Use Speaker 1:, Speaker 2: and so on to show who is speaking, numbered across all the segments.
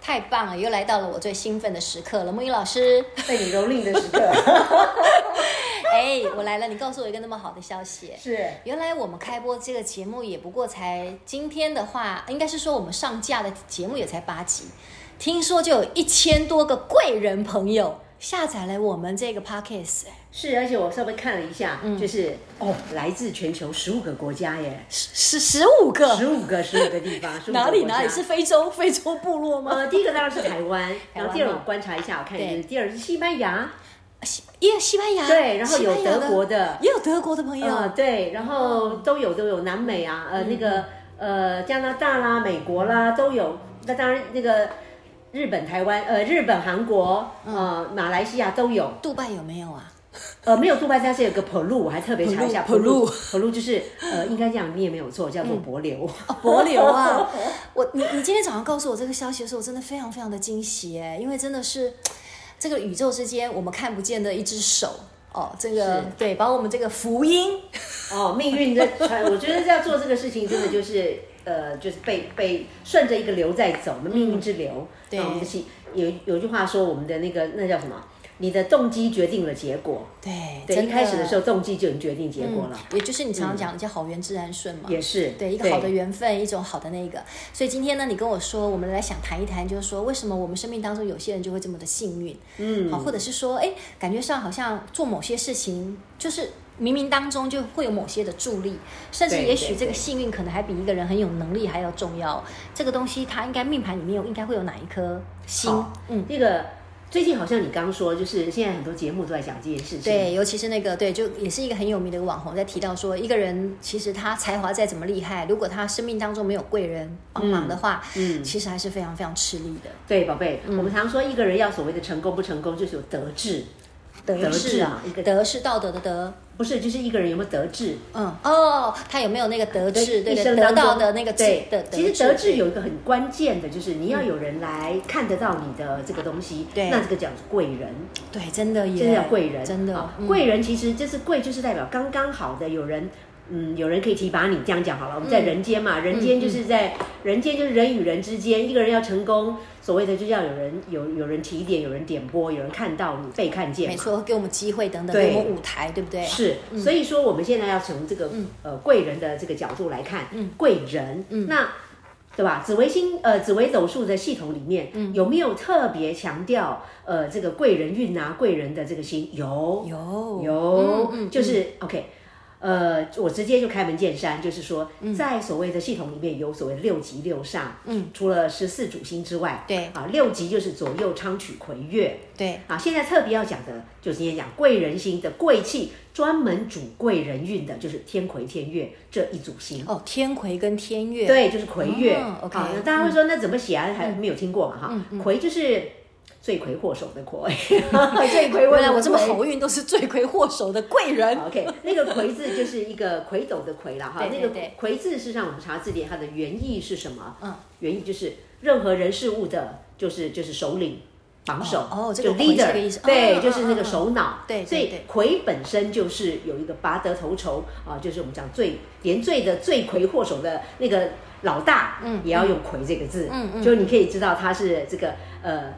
Speaker 1: 太棒了，又来到了我最兴奋的时刻了，木鱼老 师。
Speaker 2: 被你蹂躏的时刻
Speaker 1: 哎，我来了，你告诉我一个那么好的消息。
Speaker 2: 是
Speaker 1: 原来我们开播这个节目也不过才今天的话，应该是说我们上架的节目也才八集，听说就有一千多个贵人朋友下载了我们这个 podcast，
Speaker 2: 是，而且我稍微看了一下，就是哦，来自全球十五个国家耶，
Speaker 1: 十十五
Speaker 2: 十
Speaker 1: 个，
Speaker 2: 五个十五个地方，15个
Speaker 1: 哪里
Speaker 2: 国家
Speaker 1: 哪里是非洲非洲部落吗？
Speaker 2: 呃，第一个当然是台湾，然后第二个
Speaker 1: 嘛
Speaker 2: 我观察一下，我看就是
Speaker 1: 对
Speaker 2: 第二是西班牙，
Speaker 1: 西也有西班牙，
Speaker 2: 对，然后有
Speaker 1: 西班牙
Speaker 2: 德国，的，
Speaker 1: 也有德国的朋友，
Speaker 2: 呃，对，然后都有都有南美啊，呃，那个
Speaker 1: 嗯
Speaker 2: 呃加拿大啦、美国啦都有，那当然那个日本、台湾，呃，日本、韩国，
Speaker 1: 嗯
Speaker 2: 呃，马来西亚都有，
Speaker 1: 杜拜有没有啊？
Speaker 2: 呃，没有杜拜，但是有个 Peru，我还特别查一下
Speaker 1: Peru 嗯
Speaker 2: Peru，Peru 就是呃，应该这样念没有错，叫做帛琉。
Speaker 1: 柏流啊， 我你你今天早上告诉我这个消息的时候，我真的非常非常的惊喜哎，因为真的是这个宇宙之间我们看不见的一只手哦，这个
Speaker 2: 是
Speaker 1: 对，把我们这个福音
Speaker 2: 哦，命运的传，我觉得要做这个事情，真的就是呃，就是被被顺着一个流在走，我们命运之流。
Speaker 1: 嗯对
Speaker 2: 那我们的心有有句话说，我们的那个那叫什么？你的动机决定了结果。
Speaker 1: 对，
Speaker 2: 对，
Speaker 1: 真
Speaker 2: 一开始的时
Speaker 1: 候
Speaker 2: 候动机就已经决定结果了，嗯
Speaker 1: 也就是你常常讲的叫好缘自然顺嘛，
Speaker 2: 也是
Speaker 1: 嗯对一个好的缘分，一种好的那个。所以今天呢，你跟我说，我们来想谈一谈，就是说为什么我们生命当中有些人就会这么的幸运，嗯，好，或者是说，哎，感觉上好像做某些事情，就是冥冥当中就会有某些的助力，甚至
Speaker 2: 对
Speaker 1: 也
Speaker 2: 对
Speaker 1: 许这个幸运可能还比一个人很有能力还要重要。这个东西它应该命盘里面有应该会有哪一颗星
Speaker 2: 好？
Speaker 1: 嗯。
Speaker 2: 那个最近好像你刚说，就是现在很多节目都在讲这件事情。
Speaker 1: 对，尤其是那个对，就也是一个很有名的一个网红在提到说，一个人其实他才华再怎么厉害，如果他生命当中没有贵人帮忙的话，
Speaker 2: 嗯嗯
Speaker 1: 其实还是非常非常吃力的。
Speaker 2: 对，宝贝，
Speaker 1: 嗯
Speaker 2: 我们常说一个人要所谓的成功不成功，就是有德志，德
Speaker 1: 是啊
Speaker 2: 一，个
Speaker 1: 德是道德的德，
Speaker 2: 不是就是一个人有没有德志，
Speaker 1: 嗯，哦，他有没有那个德
Speaker 2: 对
Speaker 1: 智？对
Speaker 2: 一
Speaker 1: 对，
Speaker 2: 生
Speaker 1: 得
Speaker 2: 当中
Speaker 1: 到的那个智
Speaker 2: 对
Speaker 1: 的，
Speaker 2: 其实德
Speaker 1: 智
Speaker 2: 智有一个很关键的，就是你要有人来看得到你的这个东西，
Speaker 1: 对
Speaker 2: 那这个叫贵人，
Speaker 1: 对，真的
Speaker 2: 这
Speaker 1: 耶，
Speaker 2: 叫贵人，
Speaker 1: 真的
Speaker 2: 啊
Speaker 1: 嗯
Speaker 2: 贵人其实就是贵，就是代表刚刚好的有人。嗯，有人可以提拔你，这样讲好了。我们在人间
Speaker 1: 嗯
Speaker 2: 嘛，人间就是在、人间就是人与人之间，一个人要成功，所谓的就要有人有有人提点，有人点拨，有人看到你被看见嘛
Speaker 1: 没。错，嗯给我们机会等等，
Speaker 2: 对
Speaker 1: 给我们舞台，对不对？
Speaker 2: 是，所以说我们现在要从这个、
Speaker 1: 嗯
Speaker 2: 呃贵人的这个角度来看，贵人，那对吧？紫微星呃紫微斗数的系统里面、
Speaker 1: 嗯
Speaker 2: 有没有特别强调呃这个贵人运啊贵人的这个星？有
Speaker 1: 有
Speaker 2: 有，
Speaker 1: 嗯嗯
Speaker 2: 就是 OK。呃，我直接就开门见山，就是说，
Speaker 1: 嗯
Speaker 2: 在所谓的系统里面有所谓六级六煞，嗯，除了十四主星之外，
Speaker 1: 对
Speaker 2: 啊，六级就是左右昌曲魁月，
Speaker 1: 对，
Speaker 2: 啊，现在特别要讲的就是今天讲贵人星的贵气，专门主贵人运的，就是天魁天月这一组星。
Speaker 1: 哦，天魁跟天月，
Speaker 2: 对，就是魁月。啊
Speaker 1: 哦，OK 嗯
Speaker 2: 好那大家会说那怎么写啊？还没有听过嘛哈？魁就是罪魁祸首的 魁，罪魁
Speaker 1: 原
Speaker 2: 祸首
Speaker 1: 来
Speaker 2: 的
Speaker 1: 我这么
Speaker 2: 魁
Speaker 1: 好运都是罪魁祸首的贵人，
Speaker 2: OK，那个魁字就是一个魁斗的魁啦，哈，
Speaker 1: 对对
Speaker 2: 那个
Speaker 1: 对
Speaker 2: 魁字事实上我们查字典，它的原意是什么？
Speaker 1: 嗯，
Speaker 2: 原意就是任何人事物的，就是就是首领。榜首
Speaker 1: 哦哦这
Speaker 2: 就
Speaker 1: 个魁是
Speaker 2: leader，
Speaker 1: 这个意思
Speaker 2: 对，
Speaker 1: 哦
Speaker 2: 就是那
Speaker 1: 嗯嗯
Speaker 2: 个
Speaker 1: 嗯
Speaker 2: 首脑。
Speaker 1: 对对
Speaker 2: 所以
Speaker 1: 对
Speaker 2: 魁本身就是有一个拔得头筹啊，就是我们讲罪连罪的罪魁祸首的那个老大，嗯，也要用魁这个字，
Speaker 1: 嗯嗯
Speaker 2: 就你可以知道他是这个呃，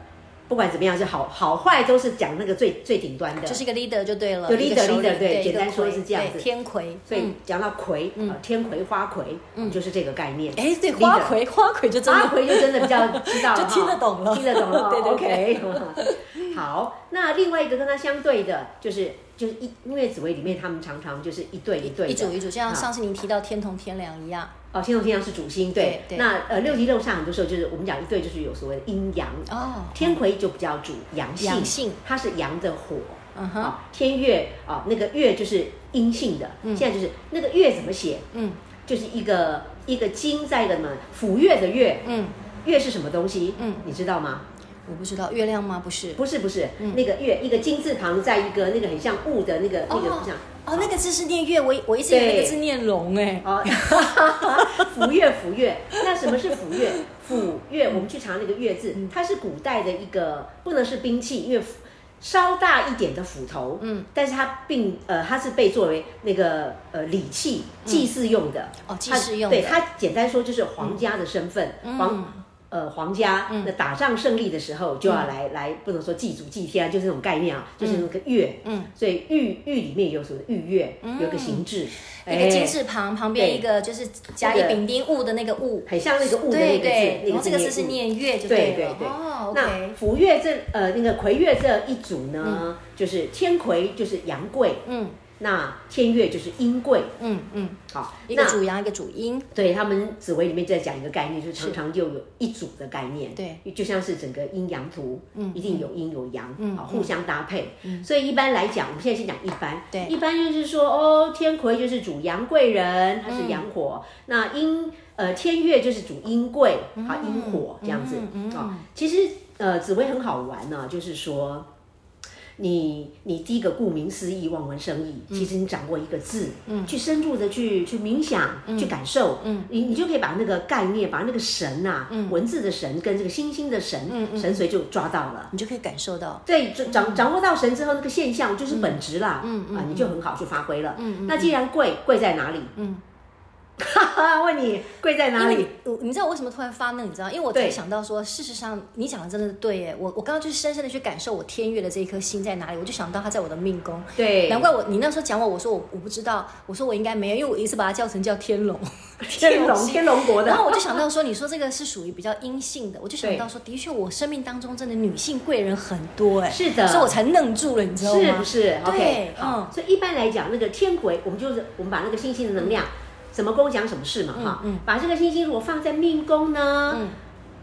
Speaker 2: 不管怎么样是好好坏都是讲那个最最顶端的，
Speaker 1: 就是一个 leader 就对了，
Speaker 2: 就
Speaker 1: 一个
Speaker 2: leader，
Speaker 1: 首领
Speaker 2: leader，对简
Speaker 1: 一个
Speaker 2: 单说
Speaker 1: 魁
Speaker 2: 是这样子
Speaker 1: 对天魁，
Speaker 2: 所以
Speaker 1: 嗯
Speaker 2: 讲到葵，呃天葵、花葵，就是这个概念。
Speaker 1: 哎，对，花
Speaker 2: Leader
Speaker 1: 魁，花魁就真
Speaker 2: 花
Speaker 1: 的
Speaker 2: 葵就真的比较知道了哈，
Speaker 1: 就听得懂了
Speaker 2: 听得 懂了哈。
Speaker 1: 对对
Speaker 2: OK，好， 那另外一个跟它相对的，就是就是一，因为紫薇里面他们常常就是一对一对的
Speaker 1: 一组一组，就像
Speaker 2: 啊
Speaker 1: 上次您提到天同天梁一样，
Speaker 2: 哦，天同天阳是主星，对
Speaker 1: 对。对
Speaker 2: 那呃六级六上很多时候就是我们讲一对就是有所谓的阴阳，
Speaker 1: 哦
Speaker 2: 天魁就比较主阳性，
Speaker 1: 阳性
Speaker 2: 它是阳的火。
Speaker 1: 嗯哼
Speaker 2: 啊天月啊、那个月就是阴性的，现在就是那个月怎么写？
Speaker 1: 嗯
Speaker 2: 就是一个一个金在一个什么抚月的月，
Speaker 1: 嗯，
Speaker 2: 月是什么东西？嗯，你知道吗？
Speaker 1: 我不知道月亮吗？不是，
Speaker 2: 不是不是，那个月一个金字旁，在一个那个很像雾的那个那个
Speaker 1: 哦
Speaker 2: 像
Speaker 1: 哦，那个字是念月，我我一直以为那
Speaker 2: 对
Speaker 1: 个字念龙哎、
Speaker 2: 哦，抚月抚月，那什么是抚月？抚月，我们去查那个月字，
Speaker 1: 嗯
Speaker 2: 它是古代的一个不能是兵器，因为稍大一点的斧头，嗯，但是它并呃它是被作为那个呃礼器祭祀用的，
Speaker 1: 嗯哦祭
Speaker 2: 它
Speaker 1: 祀用
Speaker 2: 对
Speaker 1: 的嗯
Speaker 2: 它简单说就是皇家的身份，皇。呃，皇家那打仗胜利的时候就要
Speaker 1: 嗯
Speaker 2: 来、来，不能说祭祖祭天啊，就是那种概念啊，就是那个月，嗯，所以玉玉里面有什么玉月，有一个形制，
Speaker 1: 一嗯个
Speaker 2: 哎
Speaker 1: 金字旁旁边一个就是甲乙丙丁戊的那个戊，
Speaker 2: 很像那个雾的
Speaker 1: 对
Speaker 2: 那个字，
Speaker 1: 对，然
Speaker 2: 那个
Speaker 1: 后这个字是
Speaker 2: 雾
Speaker 1: 念月就
Speaker 2: 对
Speaker 1: 了。
Speaker 2: 对对。
Speaker 1: 哦
Speaker 2: 那
Speaker 1: ，OK，
Speaker 2: 福月这呃那个魁月这一组呢，就是天魁就是阳贵，
Speaker 1: 嗯
Speaker 2: 那天月就是阴贵，
Speaker 1: 嗯嗯，
Speaker 2: 好，
Speaker 1: 一个
Speaker 2: 那
Speaker 1: 主阳一个主阴，
Speaker 2: 对他们紫微里面在讲一个概念，就是常常就有一组的概念，
Speaker 1: 对，
Speaker 2: 就像是整个阴阳图，嗯，一定有阴有阳，嗯，好，互相搭配，所以一般来讲，我们现在先讲一般，
Speaker 1: 嗯对
Speaker 2: 一般就是说哦，天魁就是主阳贵人，他是阳
Speaker 1: 嗯
Speaker 2: 火，那阴呃天月就是主阴贵，好阴火这样子
Speaker 1: 嗯嗯
Speaker 2: 啊，其实呃紫微很好玩呢，就是说。你你第一个顾名思义，望文生义，其实你掌握一个字，嗯，去深入的去去冥想，去感受，嗯，你你就可以把那个概念，把那个神呐、文字的神跟这个星星的神，神髓就抓到了。
Speaker 1: 你就可以感受到。
Speaker 2: 对，就掌掌握到神之后，那个现象就是本质啦，嗯啊，你就很好去发挥了。嗯那既然贵贵在哪里？嗯，哈哈， 问你贵在哪
Speaker 1: 因为
Speaker 2: 里？
Speaker 1: 你，我你知道我为什么突然发愣？你知道，因为我突
Speaker 2: 对
Speaker 1: 然想到说，事实上你讲的真的对耶。我我刚刚就是深深的去感受我天月的这一颗星在哪里，我就想到它在我的命宫。
Speaker 2: 对，
Speaker 1: 难怪我你那时候讲我，我说我我不知道，我说我应该没有，因为我一次把它叫成叫天 龙，
Speaker 2: 天龙
Speaker 1: 星
Speaker 2: 天龙国的
Speaker 1: 然，后我就想到说，你说这个是属于比较阴性的，我就想到说，的确我生命当中真的女性贵人很多哎、
Speaker 2: 是的
Speaker 1: 所以我才愣住了，你知道吗？
Speaker 2: 是不是？OK，
Speaker 1: 对
Speaker 2: 好、
Speaker 1: 嗯
Speaker 2: 所以一般来讲，那个天魁，我们就是我们把那个星星的能量，什么宫讲什么事
Speaker 1: 嗯
Speaker 2: 嘛，哈、把这个星星如果放在命宫呢，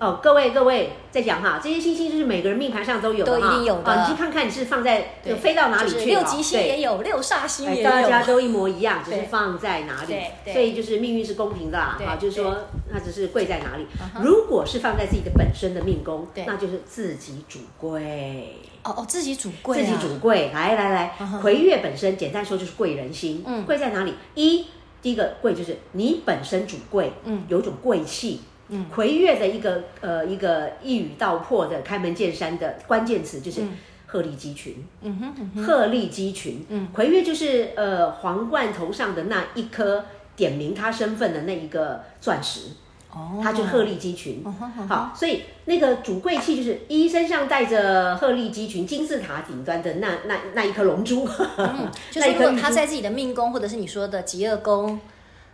Speaker 2: 哦，各位各位在讲哈，这些星星就是每个人命盘上都有的
Speaker 1: 都
Speaker 2: 哈
Speaker 1: 一定有的
Speaker 2: 啊，你去看看你是放在
Speaker 1: 对
Speaker 2: 飞到哪里
Speaker 1: 就是
Speaker 2: 去了，
Speaker 1: 六级星
Speaker 2: 对
Speaker 1: 也有，六煞星
Speaker 2: 哎
Speaker 1: 也有，
Speaker 2: 大家都一模一样，只是
Speaker 1: 对
Speaker 2: 放在哪里
Speaker 1: 对，对
Speaker 2: 所以就是命运是公平的啦，
Speaker 1: 对
Speaker 2: 啊，就是
Speaker 1: 对
Speaker 2: 说它只是贵在哪里
Speaker 1: 嗯。哼
Speaker 2: 如果是放在自己的本身的命宫
Speaker 1: 对，
Speaker 2: 那就是自己主贵。
Speaker 1: 哦哦，自己主贵、
Speaker 2: 自
Speaker 1: 啊，
Speaker 2: 己主贵，来来来，魁月本身简单说就是贵人心，
Speaker 1: 嗯
Speaker 2: 贵在哪里？一，第一个贵就是你本身主贵，嗯，有种贵气，嗯，魁月的一个呃一个一语道破的开门见山的关键词就是。鹤立鸡群，
Speaker 1: 嗯哼嗯哼，
Speaker 2: 鹤立鸡群。嗯，魁月就是呃皇冠头上的那一颗点明他身份的那一个钻石，
Speaker 1: 哦，
Speaker 2: 他就鹤立鸡群。
Speaker 1: 嗯哼嗯哼
Speaker 2: 好，所以那个主贵气就是一身上带着鹤立鸡群、金字塔顶端的那那那一颗龙珠，
Speaker 1: 嗯 就是如果他
Speaker 2: 玉
Speaker 1: 在自己的命宫，或者是你说的极恶宫，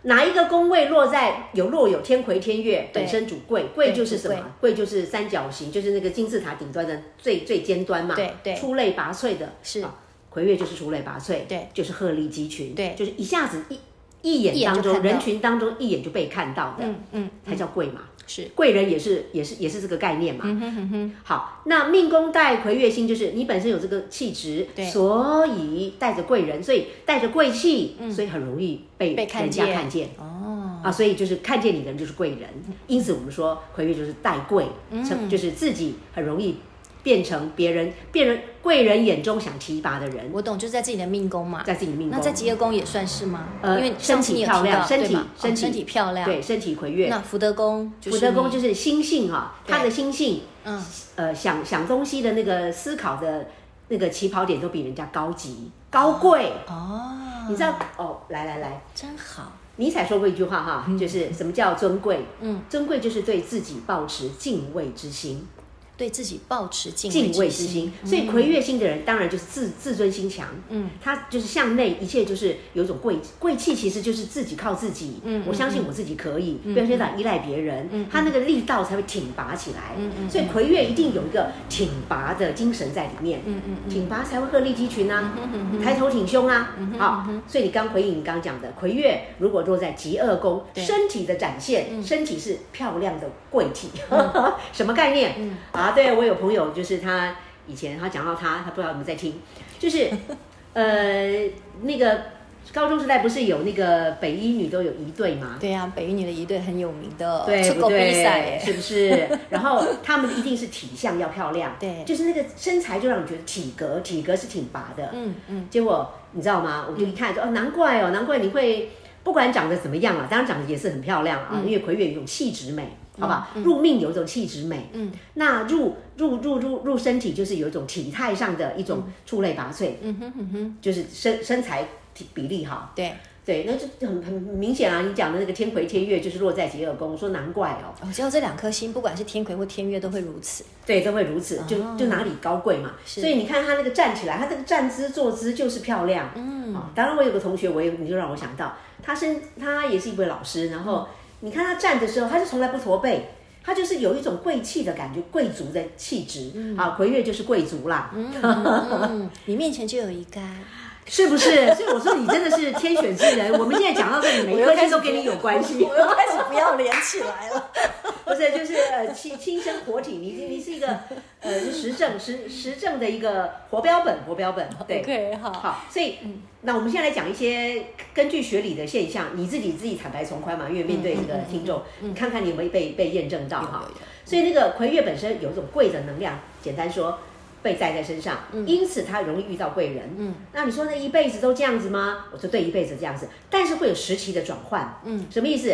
Speaker 2: 哪一个宫位落在有落有天魁天月，
Speaker 1: 对
Speaker 2: 本身主贵，贵就是什
Speaker 1: 主
Speaker 2: 么？贵就是三角形，就是那个金字塔顶端的最最尖端嘛，
Speaker 1: 对对
Speaker 2: 出类拔萃的
Speaker 1: 是
Speaker 2: 啊魁月就是出类拔萃，
Speaker 1: 对，
Speaker 2: 就是鹤立鸡群，
Speaker 1: 对
Speaker 2: 就是一下子一一眼
Speaker 1: 一眼就
Speaker 2: 当中
Speaker 1: 看到
Speaker 2: 人群当中一眼就被看到的，
Speaker 1: 嗯嗯，
Speaker 2: 才叫贵嘛。
Speaker 1: 是
Speaker 2: 贵人也是也是也是这个概念嘛。
Speaker 1: 嗯
Speaker 2: 好，那命宫带魁月星，就是你本身有这个气质，
Speaker 1: 对
Speaker 2: 所以带着贵人，所以带着贵气，所以很容易被
Speaker 1: 嗯被看
Speaker 2: 人家
Speaker 1: 见
Speaker 2: 看见。
Speaker 1: 哦，嗯
Speaker 2: 啊，所以就是看见你的人就是贵人，因此我们说魁月就是带贵，成就是自己很容易变成别人别人贵人眼中想提拔的人，
Speaker 1: 我懂，就是在自己的命宫嘛。
Speaker 2: 在自己的命宫。
Speaker 1: 那在极恶宫也算是吗？
Speaker 2: 呃
Speaker 1: 因为上次你有提到，
Speaker 2: 身体漂亮身体
Speaker 1: 对吧？哦
Speaker 2: 身体
Speaker 1: 身体漂亮。
Speaker 2: 对身体魁月，
Speaker 1: 那福德宫就是
Speaker 2: 福德宫
Speaker 1: 你
Speaker 2: 就是心性啊，
Speaker 1: 对
Speaker 2: 他的心性，
Speaker 1: 嗯
Speaker 2: 呃，想想东西的那个思考的那个起跑点都比人家高级、高贵。
Speaker 1: 哦，
Speaker 2: 你知道哦，来来来，
Speaker 1: 真好，
Speaker 2: 尼采说过一句话哈，就是什么叫尊贵？
Speaker 1: 嗯，
Speaker 2: 尊贵就是对自己保持敬畏之心，
Speaker 1: 对自己保持敬
Speaker 2: 敬畏
Speaker 1: 畏
Speaker 2: 之
Speaker 1: 心
Speaker 2: 心。。嗯所以魁月星的人，当然就是自自尊心强，
Speaker 1: 嗯，
Speaker 2: 他就是向内，一切就是有一种贵贵气，其实就是自己靠自己，嗯，我相信我自己可以，不要去老依赖别人，嗯，他那个力道才会挺拔起来，嗯嗯，所以魁月一定有一个挺拔的精神在里面，嗯嗯，挺拔才会鹤立鸡群
Speaker 1: 嗯
Speaker 2: 啊，抬头挺胸啊，好，所以你刚回应你刚讲的，魁月如果落在极恶宫，身体的展现，
Speaker 1: 嗯
Speaker 2: 身体是漂亮的贵体， 什么概念？
Speaker 1: 嗯
Speaker 2: 啊，对我有朋友就是他 以前他讲到他，他不知道有没有在听，就是。呃，那个高中时代不是有那个北一女都有一队吗？
Speaker 1: 对呀、北一女的一队很有名的
Speaker 2: 对
Speaker 1: 出
Speaker 2: 不
Speaker 1: 国哦比
Speaker 2: 对？
Speaker 1: 赛耶，
Speaker 2: 是 不是？然后他们一定是体相要漂亮，
Speaker 1: 对
Speaker 2: 就是那个身材就让你觉得体格，体格是挺拔的。
Speaker 1: 嗯嗯，
Speaker 2: 结果你知道吗？我就一看说、哦，难怪哦，难怪你会不管长得怎么样啊，当然长得也是很漂亮啊，
Speaker 1: 嗯
Speaker 2: 因为魁月有一种气质美，好吧？入命有一种气质美，嗯，那入入入入入身体就是有一种体态上的一种出类拔萃，
Speaker 1: 嗯哼嗯哼，
Speaker 2: 就是身身材体比例好，
Speaker 1: 对，
Speaker 2: 对，那就很很明显啊！你讲的那个天魁天月就是落在极恶宫，我说难怪哦，
Speaker 1: 我知道这两颗星，不管是天魁或天月，都会如此。
Speaker 2: 对，都会如此，就就哪里高贵嘛。所以你看他那个站起来，他这个站姿坐姿就是漂亮。嗯、当然我有个同学，我也你就让我想到，他是他也是一位老师，然后你看他站的时候，他是从来不驼背。他就是有一种贵气的感觉，贵族的气质、啊，魁月就是贵族啦，
Speaker 1: 嗯，你面前就有一个啊，
Speaker 2: 是不是？所以我说你真的是天选之人。我们现在讲到这里，每一颗星都跟你有关系。
Speaker 1: 我又开始不要脸起来了。
Speaker 2: 不是，就是呃，亲亲身活体，你你是一个呃实证实实证的一个活标本，活标本，对
Speaker 1: OK，好
Speaker 2: 好，所以、
Speaker 1: 嗯
Speaker 2: 那我们现在来讲一些根据学理的现象，你自己自己坦白从宽嘛，因为面对这
Speaker 1: 嗯
Speaker 2: 个听众，你看看你有没有被被验证到哈
Speaker 1: 有有有。
Speaker 2: 所以那个魁月本身有一种贵的能量，简单说。被载在身上，
Speaker 1: 嗯
Speaker 2: 因此他容易遇到贵人。嗯，那你说那一辈子都这样子吗？我说对，一辈子这样子，但是会有时期的转换。嗯，什么意思？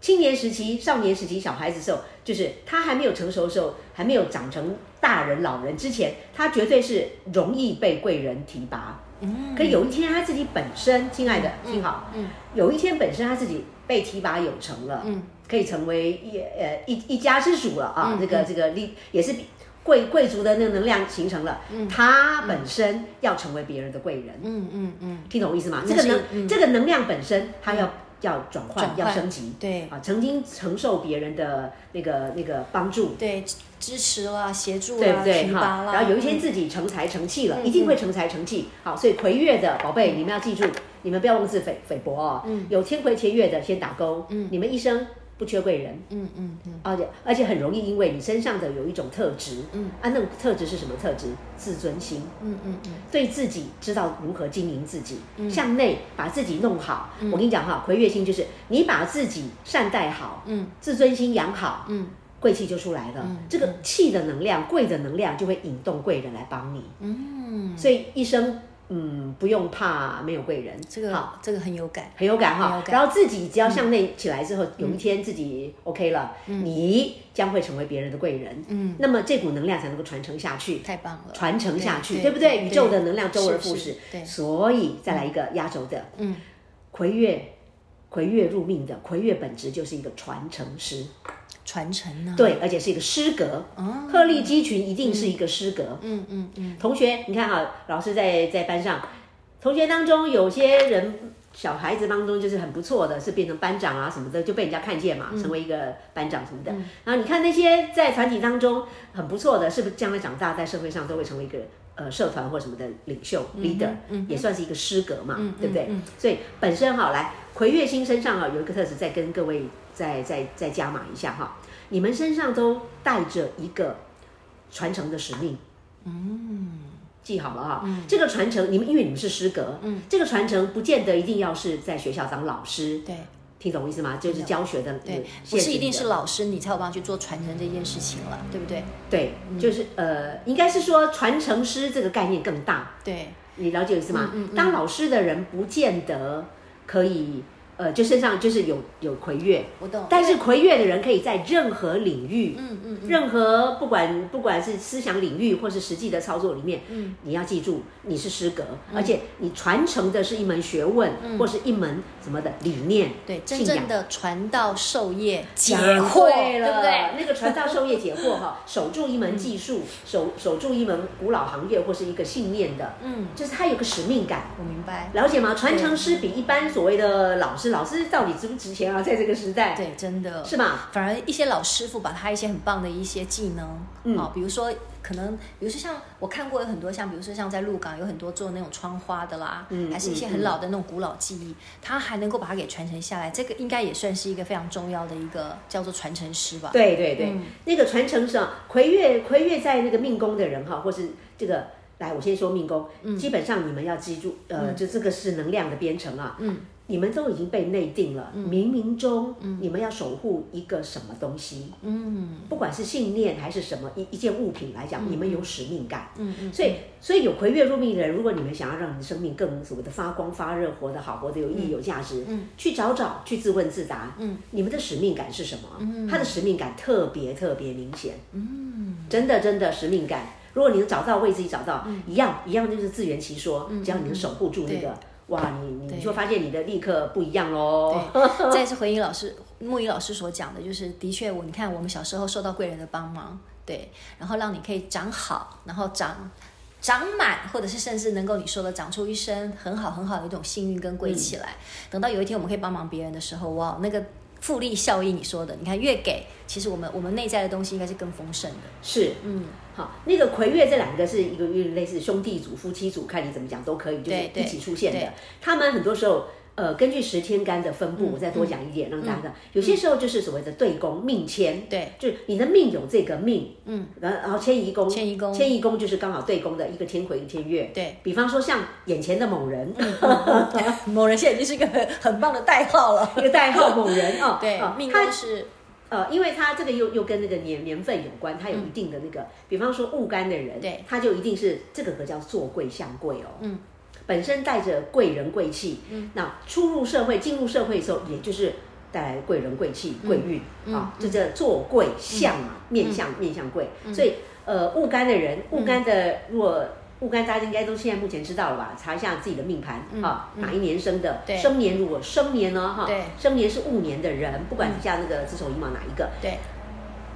Speaker 2: 青年时期、少年时期、小孩子的时候，就是他还没有成熟的时候，还没有长成大人、老人之前，他绝对是容易被贵人提拔。嗯，可有一天他自己本身，亲爱的，听好，嗯，有一天本身他自己被提拔有成了，嗯，可以成为一呃一一家之主了
Speaker 1: 嗯
Speaker 2: 啊，这个这个力也是比贵贵族的那个能量形成了，他本身要成为别人的贵人，
Speaker 1: 嗯嗯嗯，
Speaker 2: 听懂我意思吗？这
Speaker 1: 那
Speaker 2: 个
Speaker 1: 是
Speaker 2: 能、
Speaker 1: 嗯
Speaker 2: 这个能量本身，它要、要转换，
Speaker 1: 转换
Speaker 2: 要升级。
Speaker 1: 对
Speaker 2: 啊，曾经承受别人的那个那个帮助，
Speaker 1: 对，支持啦，协助
Speaker 2: 对不
Speaker 1: 啦，
Speaker 2: 对？
Speaker 1: 提拔
Speaker 2: 哈，
Speaker 1: 啦。
Speaker 2: 然后有一
Speaker 1: 嗯
Speaker 2: 天自己成才成器了，一定会成才成器。好，所以魁月的宝
Speaker 1: 嗯
Speaker 2: 贝，你们要记住，你们不要妄自菲菲薄哦。有天魁天月的先打勾。你们一生不缺贵人。
Speaker 1: 嗯嗯嗯，
Speaker 2: 而且而且很容易因为你身上的有一种特质，嗯，啊，那种特质是什么特质？自尊心，嗯嗯嗯，对自己知道如何经营自己，
Speaker 1: 嗯
Speaker 2: 向内把自己弄好。我跟你讲哈，魁月星就是你把自己善待好，嗯，自尊心养好，嗯。贵气就出来
Speaker 1: 嗯
Speaker 2: 了，这个气的能量、贵的能量就会引动贵人来帮你。嗯，所以一生嗯不用怕没有贵人，
Speaker 1: 这
Speaker 2: 好
Speaker 1: 个这个很有感。
Speaker 2: 很有感
Speaker 1: 很
Speaker 2: 哈
Speaker 1: 有。感嗯
Speaker 2: 然后自己只要向内起来之后，有一天自己 OK 了，你将会成为别人的贵人。嗯，那么这股能量才能够传承下去，
Speaker 1: 太棒了，
Speaker 2: 传承下去，
Speaker 1: 对
Speaker 2: 对不对？
Speaker 1: 对
Speaker 2: 宇宙的能量周而
Speaker 1: 是
Speaker 2: 复
Speaker 1: 是
Speaker 2: 始，
Speaker 1: 对
Speaker 2: 所以再来一个压轴的，嗯，魁月。魁月入命的魁月本质就是一个传承师，
Speaker 1: 传承呢、，哦
Speaker 2: 对，而且是一个师格。鹤立鸡群一定是一个师格。
Speaker 1: 嗯嗯嗯，
Speaker 2: 同学，你看啊，老师在在班上，同学当中有些人小孩子当中就是很不错的，是变成班长啊什么的，就被人家看见嘛，成为一个班长什么的。然后你看那些在团体当中很不错的，是不是将来长大在社会上都会成为一个？呃，社团或什么的领袖 leader，、也算是一个师格嘛，对不对？所以本身哈，来魁月星身上啊有一个特质，再跟各位再再再加码一下哈，你们身上都带着一个传承的使命，
Speaker 1: 嗯
Speaker 2: 记好了哈、这个传承，你们因为你们是师格，嗯，这个传承不见得一定要是在学校当老师，
Speaker 1: 对
Speaker 2: 听懂我意思吗？就是教学的，
Speaker 1: 对
Speaker 2: 呃，
Speaker 1: 不
Speaker 2: 现
Speaker 1: 是
Speaker 2: 实
Speaker 1: 一定是
Speaker 2: 的
Speaker 1: 老师你才有办法去做传承这件事情了，对不对？
Speaker 2: 对，
Speaker 1: 嗯
Speaker 2: 就是呃，应该是说传承师这个概念更大，
Speaker 1: 对，
Speaker 2: 你了解我意思吗？
Speaker 1: 嗯
Speaker 2: 当老师的人不见得可以，呃，就身上就是有有魁月，
Speaker 1: 我懂。
Speaker 2: 但是魁月的人可以在任何领域，嗯嗯，任何不管不管是思想领域或是实际的操作里面，嗯，你要记住你是师格，
Speaker 1: 嗯
Speaker 2: 而且你传承的是一门学问、或是一门什么的理念，
Speaker 1: 对，真
Speaker 2: 信
Speaker 1: 正
Speaker 2: 仰。
Speaker 1: 的传道授业解
Speaker 2: 讲
Speaker 1: 惑，
Speaker 2: 对
Speaker 1: 对不
Speaker 2: 了，
Speaker 1: 对？嗯
Speaker 2: 那个传道授业解惑哈， 守住一门技术，守守住一门古老行业或是一个信念的，嗯，就是他有个使命感，
Speaker 1: 我明白。
Speaker 2: 了解吗？传承师比一般所谓的老师，老师到底值不值钱啊？在这个时代，
Speaker 1: 对，真的
Speaker 2: 是吧？
Speaker 1: 反而一些老师傅把他一些很棒的一些技能，啊、比如说可能，比如说像我看过有很多像，比如说像在鹿港有很多做那种窗花的啦，还是一些很老的那种古老技艺，他还能够把它给传承下来，这个应该也算是一个非常重要的一个叫做传承师吧。
Speaker 2: 嗯啊对对对，那个传承上，魁月魁月在那个命宫的人哈，或是这个来，我先说命宫，基本上你们要记住，呃，就这个是能量的编程啊，嗯，你们都已经被内定了，冥冥中你们要守护一个什么东西，嗯，不管是信念还是什么一一件物品来讲，你们有使命感，嗯嗯，所以所以有魁月入命的人，如果你们想要让你的生命更所谓的发光发热，活得好，活得有意义、有价值，嗯，去找找，去自问自答，嗯，你们的使命感是什么？嗯，他的使命感特别特别明显，嗯，真的真的使命感。如果你能找到为自己找到，一样一样就是自圆其说，只要你能守护住那个，哇，你你就发现你的立刻不一样喽。
Speaker 1: 再次回应老师木鱼老师所讲的，就是的确，我你看我们小时候受到贵人的帮忙，对，然后让你可以长好，然后长。长满，或者是甚至能够你说的长出一身很好很好的一种幸运跟贵气来。等到有一天我们可以帮忙别人的时候，哇，那个复利效应，你说的，你看越给，其实我们我们内在的东西应该是更丰盛的。
Speaker 2: 是，嗯，好，那个魁月这两个是一个有点类似兄弟组、夫妻组，看你怎么讲都可以，就是
Speaker 1: 对对
Speaker 2: 一起出现的
Speaker 1: 对。
Speaker 2: 他们很多时候。呃，根据十天干的分布，我再多讲一点，让大家知道。有些时候就是所谓的对宫命签，
Speaker 1: 嗯对，
Speaker 2: 就是你的命有这个命，嗯，然然后迁移宫，
Speaker 1: 迁移宫
Speaker 2: 迁移宫就是刚好对宫的一个天魁一个天月，
Speaker 1: 对，嗯
Speaker 2: 比方说像眼前的某人，
Speaker 1: 某人现在已经是一个很很棒的代号了。
Speaker 2: 一个代号某人啊，
Speaker 1: 对
Speaker 2: 啊，
Speaker 1: 命
Speaker 2: 他
Speaker 1: 宫是
Speaker 2: 呃，因为它这个又又跟那个年年份有关，它有一定的那个，比方说戊干的人，
Speaker 1: 嗯对
Speaker 2: 他就一定是这个可叫做贵相贵哦，嗯，本身带着贵人贵气，嗯，那出入社会、进入社会的时候，也就是带来贵人贵气、贵
Speaker 1: 嗯
Speaker 2: 运、啊，这叫做贵相嘛，面相面相贵，
Speaker 1: 嗯
Speaker 2: 所以呃，戊干的人，戊干的若戊干大家应该都现在目前知道了吧？查一下自己的命盘啊，哪一年生的？
Speaker 1: 嗯对
Speaker 2: 生年如果生年呢？哈
Speaker 1: 对，嗯
Speaker 2: 生年是戊年的人，不管底下那个子丑寅卯哪一个，
Speaker 1: 对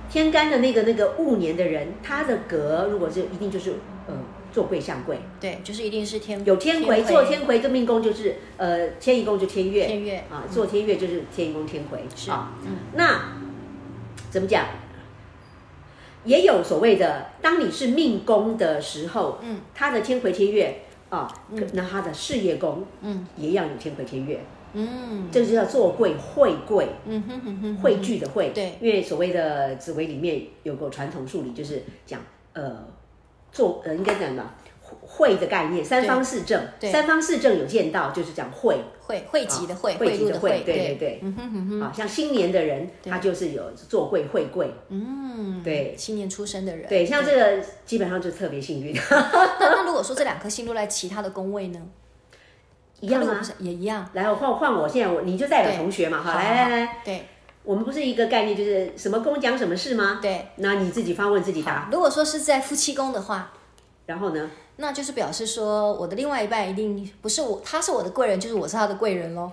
Speaker 2: 天干的那个那个戊年的人，他的格如果是一定就是呃做贵相贵，
Speaker 1: 对，就是一定是天
Speaker 2: 有天魁做天魁跟命宫就是呃迁移宫就天月，
Speaker 1: 天月
Speaker 2: 啊做天月就是迁移宫天魁
Speaker 1: 是
Speaker 2: 啊。
Speaker 1: 嗯
Speaker 2: 那怎么讲？也有所谓的，当你是命宫的时候，
Speaker 1: 嗯，
Speaker 2: 他的天魁天月啊，那他的事业宫，嗯，也要有天魁天月，
Speaker 1: 嗯
Speaker 2: 这个就叫做贵会贵，
Speaker 1: 嗯哼哼哼
Speaker 2: 汇聚的汇，
Speaker 1: 对
Speaker 2: 因为所谓的紫微里面有个传统术理，就是讲呃做呃应该讲吧，会的概念，三方四正，
Speaker 1: 对
Speaker 2: 三方四正有见到就是讲会，
Speaker 1: 汇汇集的汇
Speaker 2: 啊汇
Speaker 1: 汇
Speaker 2: 集
Speaker 1: 入
Speaker 2: 的
Speaker 1: 的
Speaker 2: 汇
Speaker 1: 汇，
Speaker 2: 对对对
Speaker 1: 嗯哼哼哼，
Speaker 2: 啊，像新年的人他就是有做贵会贵，
Speaker 1: 嗯，
Speaker 2: 对
Speaker 1: 青年出生的人，
Speaker 2: 对，像这个基本上就特别幸 运，
Speaker 1: 那那如果说这两颗星落在其他的宫位呢？
Speaker 2: 一样
Speaker 1: 如果
Speaker 2: 啊
Speaker 1: 不。是也一样。
Speaker 2: 来，我换换我，现在我你就代表
Speaker 1: 对
Speaker 2: 同学嘛，好，
Speaker 1: 好
Speaker 2: 来来来，，
Speaker 1: 对
Speaker 2: 我们不是一个概念，就是什么公讲什么事吗？
Speaker 1: 对。
Speaker 2: 那你自己发问自己答，
Speaker 1: 如果说是在夫妻宫的话，
Speaker 2: 然后呢？
Speaker 1: 那就是表示说我的另外一半一定不是我，他是我的贵人，就是我是他的贵人喽。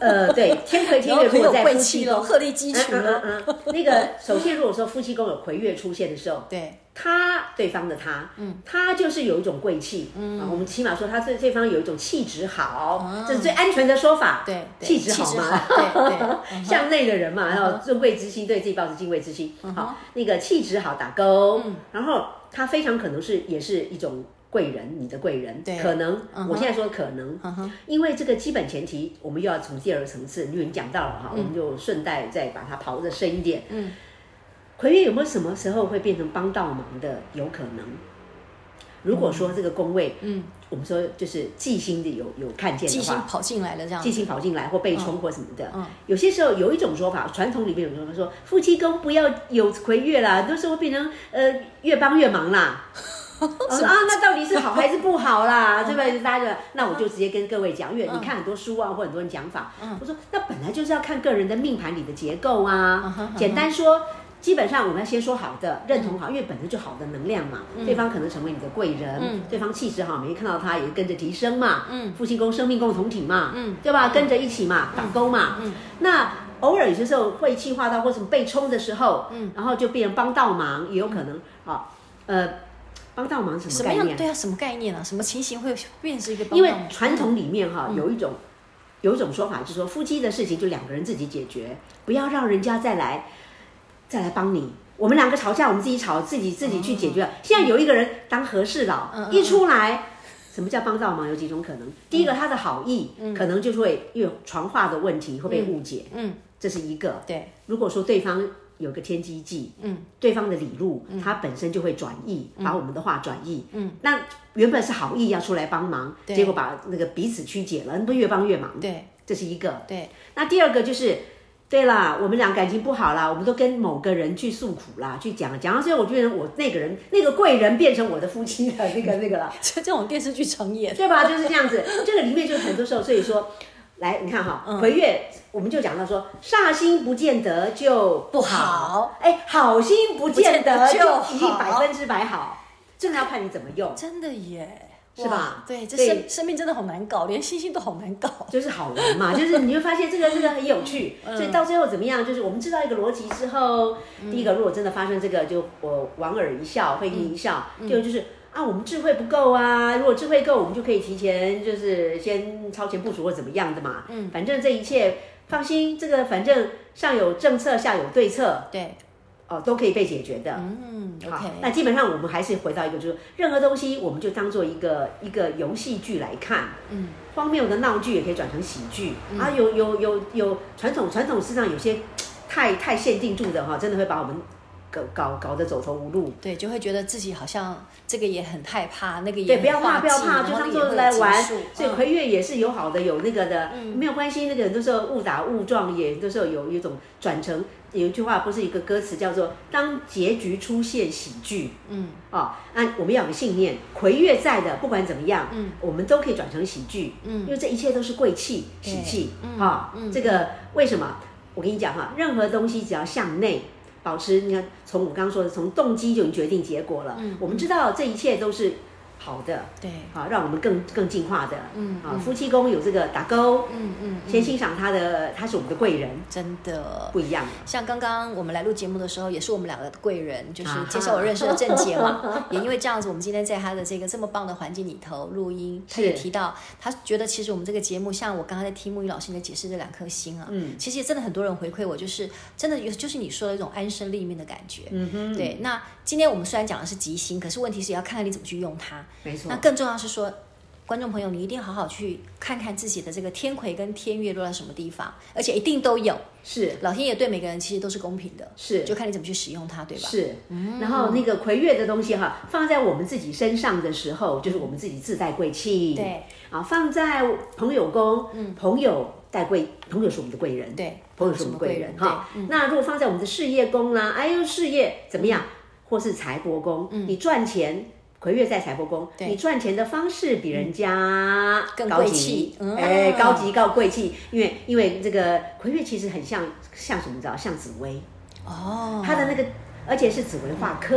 Speaker 2: 呃，对，天 魁天
Speaker 1: 然
Speaker 2: 月
Speaker 1: 后很
Speaker 2: 如果
Speaker 1: 有
Speaker 2: 在
Speaker 1: 贵
Speaker 2: 夫
Speaker 1: 气
Speaker 2: 妻
Speaker 1: 喽，
Speaker 2: 宫，
Speaker 1: 鹤立鸡群
Speaker 2: 嗯
Speaker 1: 喽。
Speaker 2: 嗯嗯 那个，首先如果说夫妻宫有魁月出现的时候，
Speaker 1: 对
Speaker 2: 他对方的他，嗯，他就是有一种贵气，嗯、啊，我们起码说他对对方有一种气质好，这是最安全的说法，
Speaker 1: 嗯对，对
Speaker 2: 气质好
Speaker 1: 气质
Speaker 2: 嘛
Speaker 1: 好，。对 对，嗯嗯
Speaker 2: 向内的人嘛，然后尊贵之心，对自己抱着敬畏之心，好，那个气质好打勾，然后他非常可能是也是一种贵人，你的贵人，
Speaker 1: 对
Speaker 2: 可能
Speaker 1: 嗯哼
Speaker 2: 我现在说可能
Speaker 1: 嗯哼，
Speaker 2: 因为这个基本前提，我们又要从第二个层次，因为你讲到了
Speaker 1: 嗯
Speaker 2: 哈，我们就顺带再把它刨的深一点，嗯，魁月有没有什么时候会变成帮倒忙的？有可能。如果说这个宫位，嗯，我们说就是忌星的有有看见的
Speaker 1: 记
Speaker 2: 话
Speaker 1: 性，跑进来了这样
Speaker 2: 寄
Speaker 1: 子。
Speaker 2: 信跑进来或被冲或什么的。
Speaker 1: 嗯
Speaker 2: 有些时候有一种说法，传统里面有种说夫妻宫不要有魁月啦，很多时候变成呃越帮越 忙啦。我说啊，那到底是好还是不好
Speaker 1: 嗯
Speaker 2: 啦？对不对？大家就那我就直接跟各位讲，因为你看很多书啊，或很多人讲法，我说那本来就是要看个人的命盘里的结
Speaker 1: 嗯
Speaker 2: 构
Speaker 1: 哼
Speaker 2: 啊
Speaker 1: 嗯。哼
Speaker 2: 简单说，基本上我们要先说好的，认同好，因为本身就好的能量嘛，对方可能成为你的贵人
Speaker 1: 嗯，
Speaker 2: 对方气质好，每天看到他也跟着提升嘛。
Speaker 1: 嗯
Speaker 2: 夫妻宫生命共同体嘛，
Speaker 1: 嗯
Speaker 2: 对吧？跟着一起嘛，打工嘛，
Speaker 1: 嗯
Speaker 2: 那偶尔有些时候会气化到或什么被冲的时候，嗯，然后就变成帮倒忙，也有可能啊，呃，帮倒忙是什
Speaker 1: 什
Speaker 2: 么
Speaker 1: 么
Speaker 2: 概
Speaker 1: 样
Speaker 2: 念？
Speaker 1: 对啊？什么概念啊？什么情形会变成一个帮
Speaker 2: 因为
Speaker 1: 倒忙
Speaker 2: 传统里面
Speaker 1: 嗯
Speaker 2: 哈、有一种。有一种说法就是说，夫妻的事情就两个人自己解决，不要让人家再来再来帮你。我们两个吵架，我们自己吵，自己自己去解决。现在有一个人当和事佬，
Speaker 1: 哦嗯嗯
Speaker 2: 一出来，什么叫帮倒忙？有几种可能。第一个，他的好意、可能就会因为传话的问题会被误解，
Speaker 1: 嗯嗯
Speaker 2: 这是一个。
Speaker 1: 对
Speaker 2: 如果说对方有个天机记，嗯，对方的理路，
Speaker 1: 嗯
Speaker 2: 他本身就会转意，把我们的话转意，嗯，那原本是好意要出来帮忙，结果把那个彼此曲解了，那不越帮越忙，
Speaker 1: 对，
Speaker 2: 这是一个。
Speaker 1: 对，
Speaker 2: 那第二个就是，对啦，我们俩感情不好啦，我们都跟某个人去诉苦啦，去讲讲到最后，我觉得我那个人那个贵人变成我的夫妻的那个那个 了，
Speaker 1: 这这种电视剧常演。
Speaker 2: 对吧？就是这样子，这个里面就是很多时候，所以说，来你看哈，魁月我们就讲到说，煞星不见得就不
Speaker 1: 好
Speaker 2: 哎，好心不见得
Speaker 1: 不见
Speaker 2: 就
Speaker 1: 得就好
Speaker 2: 一定百分之百好，这个要看你怎么用，
Speaker 1: 真的耶，
Speaker 2: 是吧
Speaker 1: 哇对，这
Speaker 2: 所以
Speaker 1: 生生命真的好难搞，连星星都好难搞。
Speaker 2: 就是好玩嘛，就是你会发现这个这个很有趣，所以到最后怎么样，就是我们知道一个逻辑之后，第一个如果真的发生这个，就我莞尔一笑，会心一笑。第二个就是啊，我们智慧不够啊，如果智慧够，我们就可以提前就是先超前部署或怎么样的嘛。嗯，反正这一切放心，这个反正上有政策，下有 对策，
Speaker 1: 对，
Speaker 2: 哦，都可以被解决的。
Speaker 1: 嗯
Speaker 2: 好
Speaker 1: ，OK，，
Speaker 2: 那基本上我们还是回到一个，就是任何东西我们就当做一个一个游戏剧来看，嗯，荒谬的闹剧也可以转成喜剧，啊，有有有有传统传统市场有些太太限定住的哈，真的会把我们搞搞搞得走投无路。
Speaker 1: 对，就会觉得自己好像这个也很害怕，那个也
Speaker 2: 对，
Speaker 1: 很
Speaker 2: 不要怕，
Speaker 1: 化
Speaker 2: 不要
Speaker 1: 忌
Speaker 2: 怕，
Speaker 1: 然
Speaker 2: 就
Speaker 1: 后那个
Speaker 2: 当做
Speaker 1: 也会
Speaker 2: 来
Speaker 1: 有
Speaker 2: 玩
Speaker 1: 结束。
Speaker 2: 所以
Speaker 1: 嗯
Speaker 2: 魁月也是有好的，有那个的，没有关系。那个很多时候误打误撞，也很多时候有一种转成。有一句话不是一个歌词叫做“当结局出现喜剧”，嗯，哦，那我们要有个信念，魁月在的，不管怎么样，嗯，我们都可以转成喜剧，嗯，因为这一切都是贵气、喜气，
Speaker 1: 嗯
Speaker 2: 啊、这个为什么？我跟你讲哈，任何东西只要向内，保持你看，从我刚刚说的，从动机就已经决定结果了，嗯，我们知道这一切都是好的，
Speaker 1: 对，
Speaker 2: 好，让我们更更进化的。嗯，啊，夫妻宫有这个打勾，
Speaker 1: 嗯嗯，
Speaker 2: 先欣赏他的，他是我们的贵人，
Speaker 1: 真的
Speaker 2: 不一样。
Speaker 1: 像刚刚我们来录节目的时候，也是我们两个的贵人，就是
Speaker 2: 啊哈
Speaker 1: 介绍我认识的郑杰 嘛。也因为这样子，我们今天在他的这个这么棒的环境里头录音，他
Speaker 2: 是
Speaker 1: 也提到，他觉得其实我们这个节目，像我刚才在听木鱼老师你解释这两颗星啊，
Speaker 2: 嗯
Speaker 1: 其实也真的很多人回馈我，就是真的有就是你说的一种安身立命的感觉。
Speaker 2: 嗯哼，
Speaker 1: 对，那今天我们虽然讲的是吉星，可是问题是也要看看你怎么去用它。
Speaker 2: 没错
Speaker 1: 那。更重要是说，观众朋友，你一定好好去看看自己的这个天魁跟天月落在什么地方，而且一定都有。
Speaker 2: 是
Speaker 1: 老天爷对每个人其实都是公平的，
Speaker 2: 是
Speaker 1: 就看你怎么去使用它，对吧？
Speaker 2: 是，
Speaker 1: 嗯
Speaker 2: 然后那个魁月的东西哈，放在我们自己身上的时候，就是我们自己自带贵气。
Speaker 1: 对，嗯
Speaker 2: 啊，放在朋友宫，朋友带贵，朋友是我们的贵人。
Speaker 1: 对嗯
Speaker 2: 朋友是我们的贵人
Speaker 1: 朋友是我们的
Speaker 2: 哈。那如果放在我们的事业宫啦，哎呦，事业怎么样？
Speaker 1: 嗯
Speaker 2: 或是财帛宫，你赚钱。魁月在财帛宫，你赚钱的方式比人家
Speaker 1: 更
Speaker 2: 高
Speaker 1: 贵
Speaker 2: 级
Speaker 1: 气，嗯
Speaker 2: 哎，高级高贵气，因为因为这个魁月其实很像像什么，你知道，像紫薇，
Speaker 1: 哦，嗯
Speaker 2: 他的那个，而且是紫薇化科，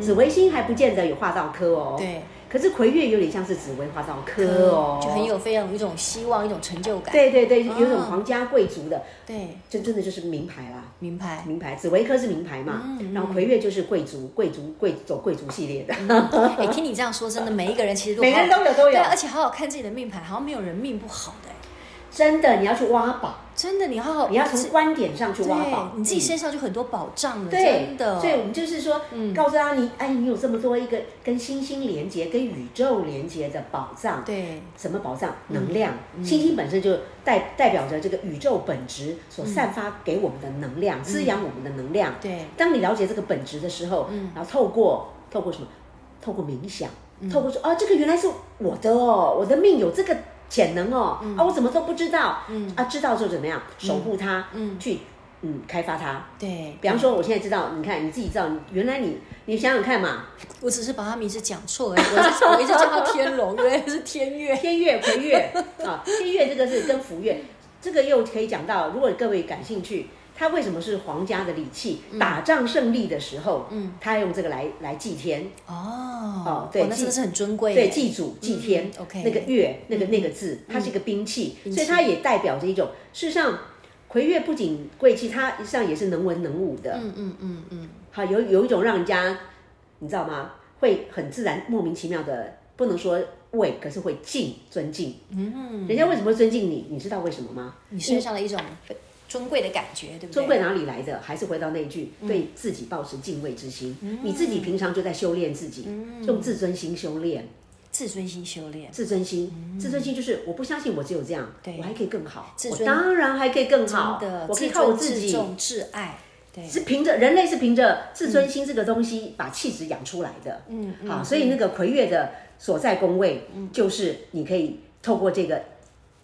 Speaker 2: 紫微星还不见得有化到科哦。
Speaker 1: 对，
Speaker 2: 可是魁月有点像是紫薇化到科哦，
Speaker 1: 就很。有非常有一种希望，一种成就感。
Speaker 2: 对对对，有种
Speaker 1: 哦
Speaker 2: 皇家贵族的，
Speaker 1: 对，
Speaker 2: 这真的就是名牌啦，
Speaker 1: 明白。
Speaker 2: 名牌。紫薇科是名牌
Speaker 1: 嗯
Speaker 2: 嘛，然后魁月就是贵族，贵族贵走贵族系列的，
Speaker 1: 哎，听你这样说，真的每一个人其实都
Speaker 2: 嗯每个人
Speaker 1: 好
Speaker 2: 都有都有
Speaker 1: 对，。而且好好看自己的命盘，好像没有人命不好的。哎
Speaker 2: 真的，你要去挖宝，
Speaker 1: 真的，你好好，
Speaker 2: 你要从观点上去挖宝
Speaker 1: 对，，你自己
Speaker 2: 嗯
Speaker 1: 身上就很多保障了，
Speaker 2: 对，
Speaker 1: 真的。嗯
Speaker 2: 所以我们就是说，告诉他你，哎，你有这么多一个跟星星连接、跟宇宙连接的宝藏，
Speaker 1: 对
Speaker 2: 什么宝藏？能量，星星本身就代代表着这个宇宙本质所散发给我们的能量，滋养我们的能量。
Speaker 1: 对
Speaker 2: 当你了解这个本质的时候，然后透过透过什么？透过冥想，透过说啊，这个原来是我的哦，我的命有这个潜能哦，啊，我怎么都不知道，啊，知道之后怎么样？守护它，去嗯开发它。
Speaker 1: 对，
Speaker 2: 比方说，我现在知道，你看你自己知道，原来你你想想看嘛，
Speaker 1: 我只是把他名字讲错而已，我一直我一直叫他天龙，原来是天月。
Speaker 2: 天月、魁月啊，天月这个是跟福月，这个又可以讲到，如果各位感兴趣，它为什么是皇家的礼器？打仗胜利的时候，嗯，他用这个来来祭天，
Speaker 1: 哦，
Speaker 2: 对
Speaker 1: 哇那真的是很尊贵耶，
Speaker 2: 对，祭祖、祭天
Speaker 1: 嗯，OK
Speaker 2: 那个月，那个那个字，它是一个嗯兵器，所以它也代表着一种，事实上。魁月不仅贵气，它实际上也是能文能武的。嗯嗯嗯嗯，好，有有一种让人家，你知道吗？会很自然、莫名其妙的，不能说畏，可是会敬、尊敬。嗯，人家为什么会尊敬你？你知道为什么吗？
Speaker 1: 你身上的一种呃尊贵的感觉，对不对？
Speaker 2: 嗯尊贵哪里来的？还是回到那句，对自己保持敬畏之心。你自己平常就在修炼自己，用自尊心修炼。
Speaker 1: 自尊心修炼，
Speaker 2: 自尊心，自尊心就是我不相信我只有这样，
Speaker 1: 对
Speaker 2: 我还可以更好，
Speaker 1: 自尊
Speaker 2: 我当然还可以更好
Speaker 1: 真的，，
Speaker 2: 我可以
Speaker 1: 自
Speaker 2: 靠我
Speaker 1: 尊、
Speaker 2: 自
Speaker 1: 自
Speaker 2: 己。
Speaker 1: 重、自爱，对
Speaker 2: 是凭着人类是凭着自尊心这个东西把气质养出来的。
Speaker 1: 嗯嗯
Speaker 2: 好，所以那个魁月的所在宫位，就是你可以透过这个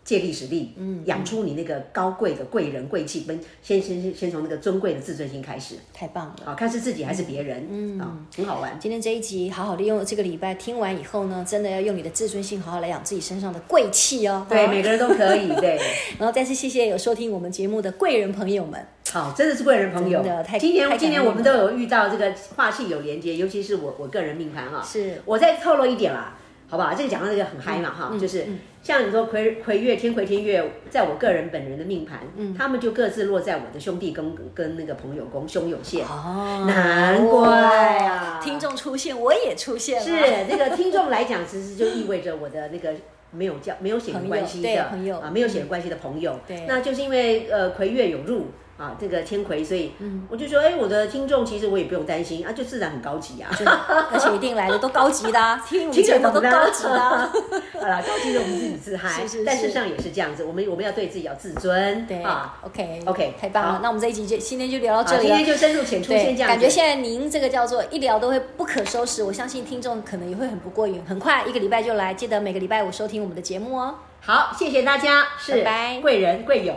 Speaker 2: 借力使力，嗯，养出你那个高贵的贵人贵气，跟先先先从那个尊贵的自尊心开始，
Speaker 1: 太棒了。
Speaker 2: 好，看是自己还是别人，嗯，啊，很好玩。
Speaker 1: 今天这一集好好利用这个礼拜听完以后呢，真的要用你的自尊心好好来养自己身上的贵气哦。
Speaker 2: 对，
Speaker 1: 好
Speaker 2: 每个人都可以， 对，
Speaker 1: 然后再次谢谢有收听我们节目的贵人朋友们。
Speaker 2: 好，真的是贵人朋友
Speaker 1: 真的太。
Speaker 2: 今
Speaker 1: 太
Speaker 2: 年
Speaker 1: 感
Speaker 2: 今年
Speaker 1: 恩
Speaker 2: 我们
Speaker 1: 了
Speaker 2: 都有遇到这个化气有连接，尤其是我我个人命盘啊，
Speaker 1: 是
Speaker 2: 我再透露一点啦，好不好？这个讲到这个很嗨
Speaker 1: 嗯
Speaker 2: 嘛哈，就是像你说魁魁月天魁天月，在我个人本人的命盘，他们就各自落在我的兄弟宫跟那个朋友宫兄友线。
Speaker 1: 哦
Speaker 2: 难怪啊
Speaker 1: 听众出现，我也出现了。
Speaker 2: 是那个听众来讲，其实就意味着我的那个。没有交没有血缘关系
Speaker 1: 朋友
Speaker 2: 的
Speaker 1: 对朋友嗯
Speaker 2: 啊，没有血缘关系的朋友，
Speaker 1: 对
Speaker 2: 那就是因为呃魁月有入啊，这个天魁，所以
Speaker 1: 嗯
Speaker 2: 我就说，哎，我的听众其实我也不用担心啊，就自然很高级啊，
Speaker 1: 真的，而且一定来的都高级的、啊，听我们
Speaker 2: 听
Speaker 1: 节
Speaker 2: 着
Speaker 1: 目都
Speaker 2: 懂的
Speaker 1: 高级的、 啊。
Speaker 2: 好啦，高级的我们自己自嗨，
Speaker 1: 是是是
Speaker 2: 但事实上也是这样子，我们我们要对自己要自尊，
Speaker 1: 对、
Speaker 2: 啊，
Speaker 1: o k
Speaker 2: OK，
Speaker 1: 太棒了
Speaker 2: 好。
Speaker 1: 那我们这一集就今天就聊到
Speaker 2: 好，
Speaker 1: 这里
Speaker 2: 今
Speaker 1: 了。
Speaker 2: 天就深入浅出，
Speaker 1: 对
Speaker 2: 先，这样子，
Speaker 1: 感觉现在您这个叫做一聊都会不可收拾，我相信听众可能也会很不过瘾。很快一个礼拜就来，记得每个礼拜五收听我们的节目哦。
Speaker 2: 好，谢谢大家，是
Speaker 1: 拜拜
Speaker 2: 贵人贵友。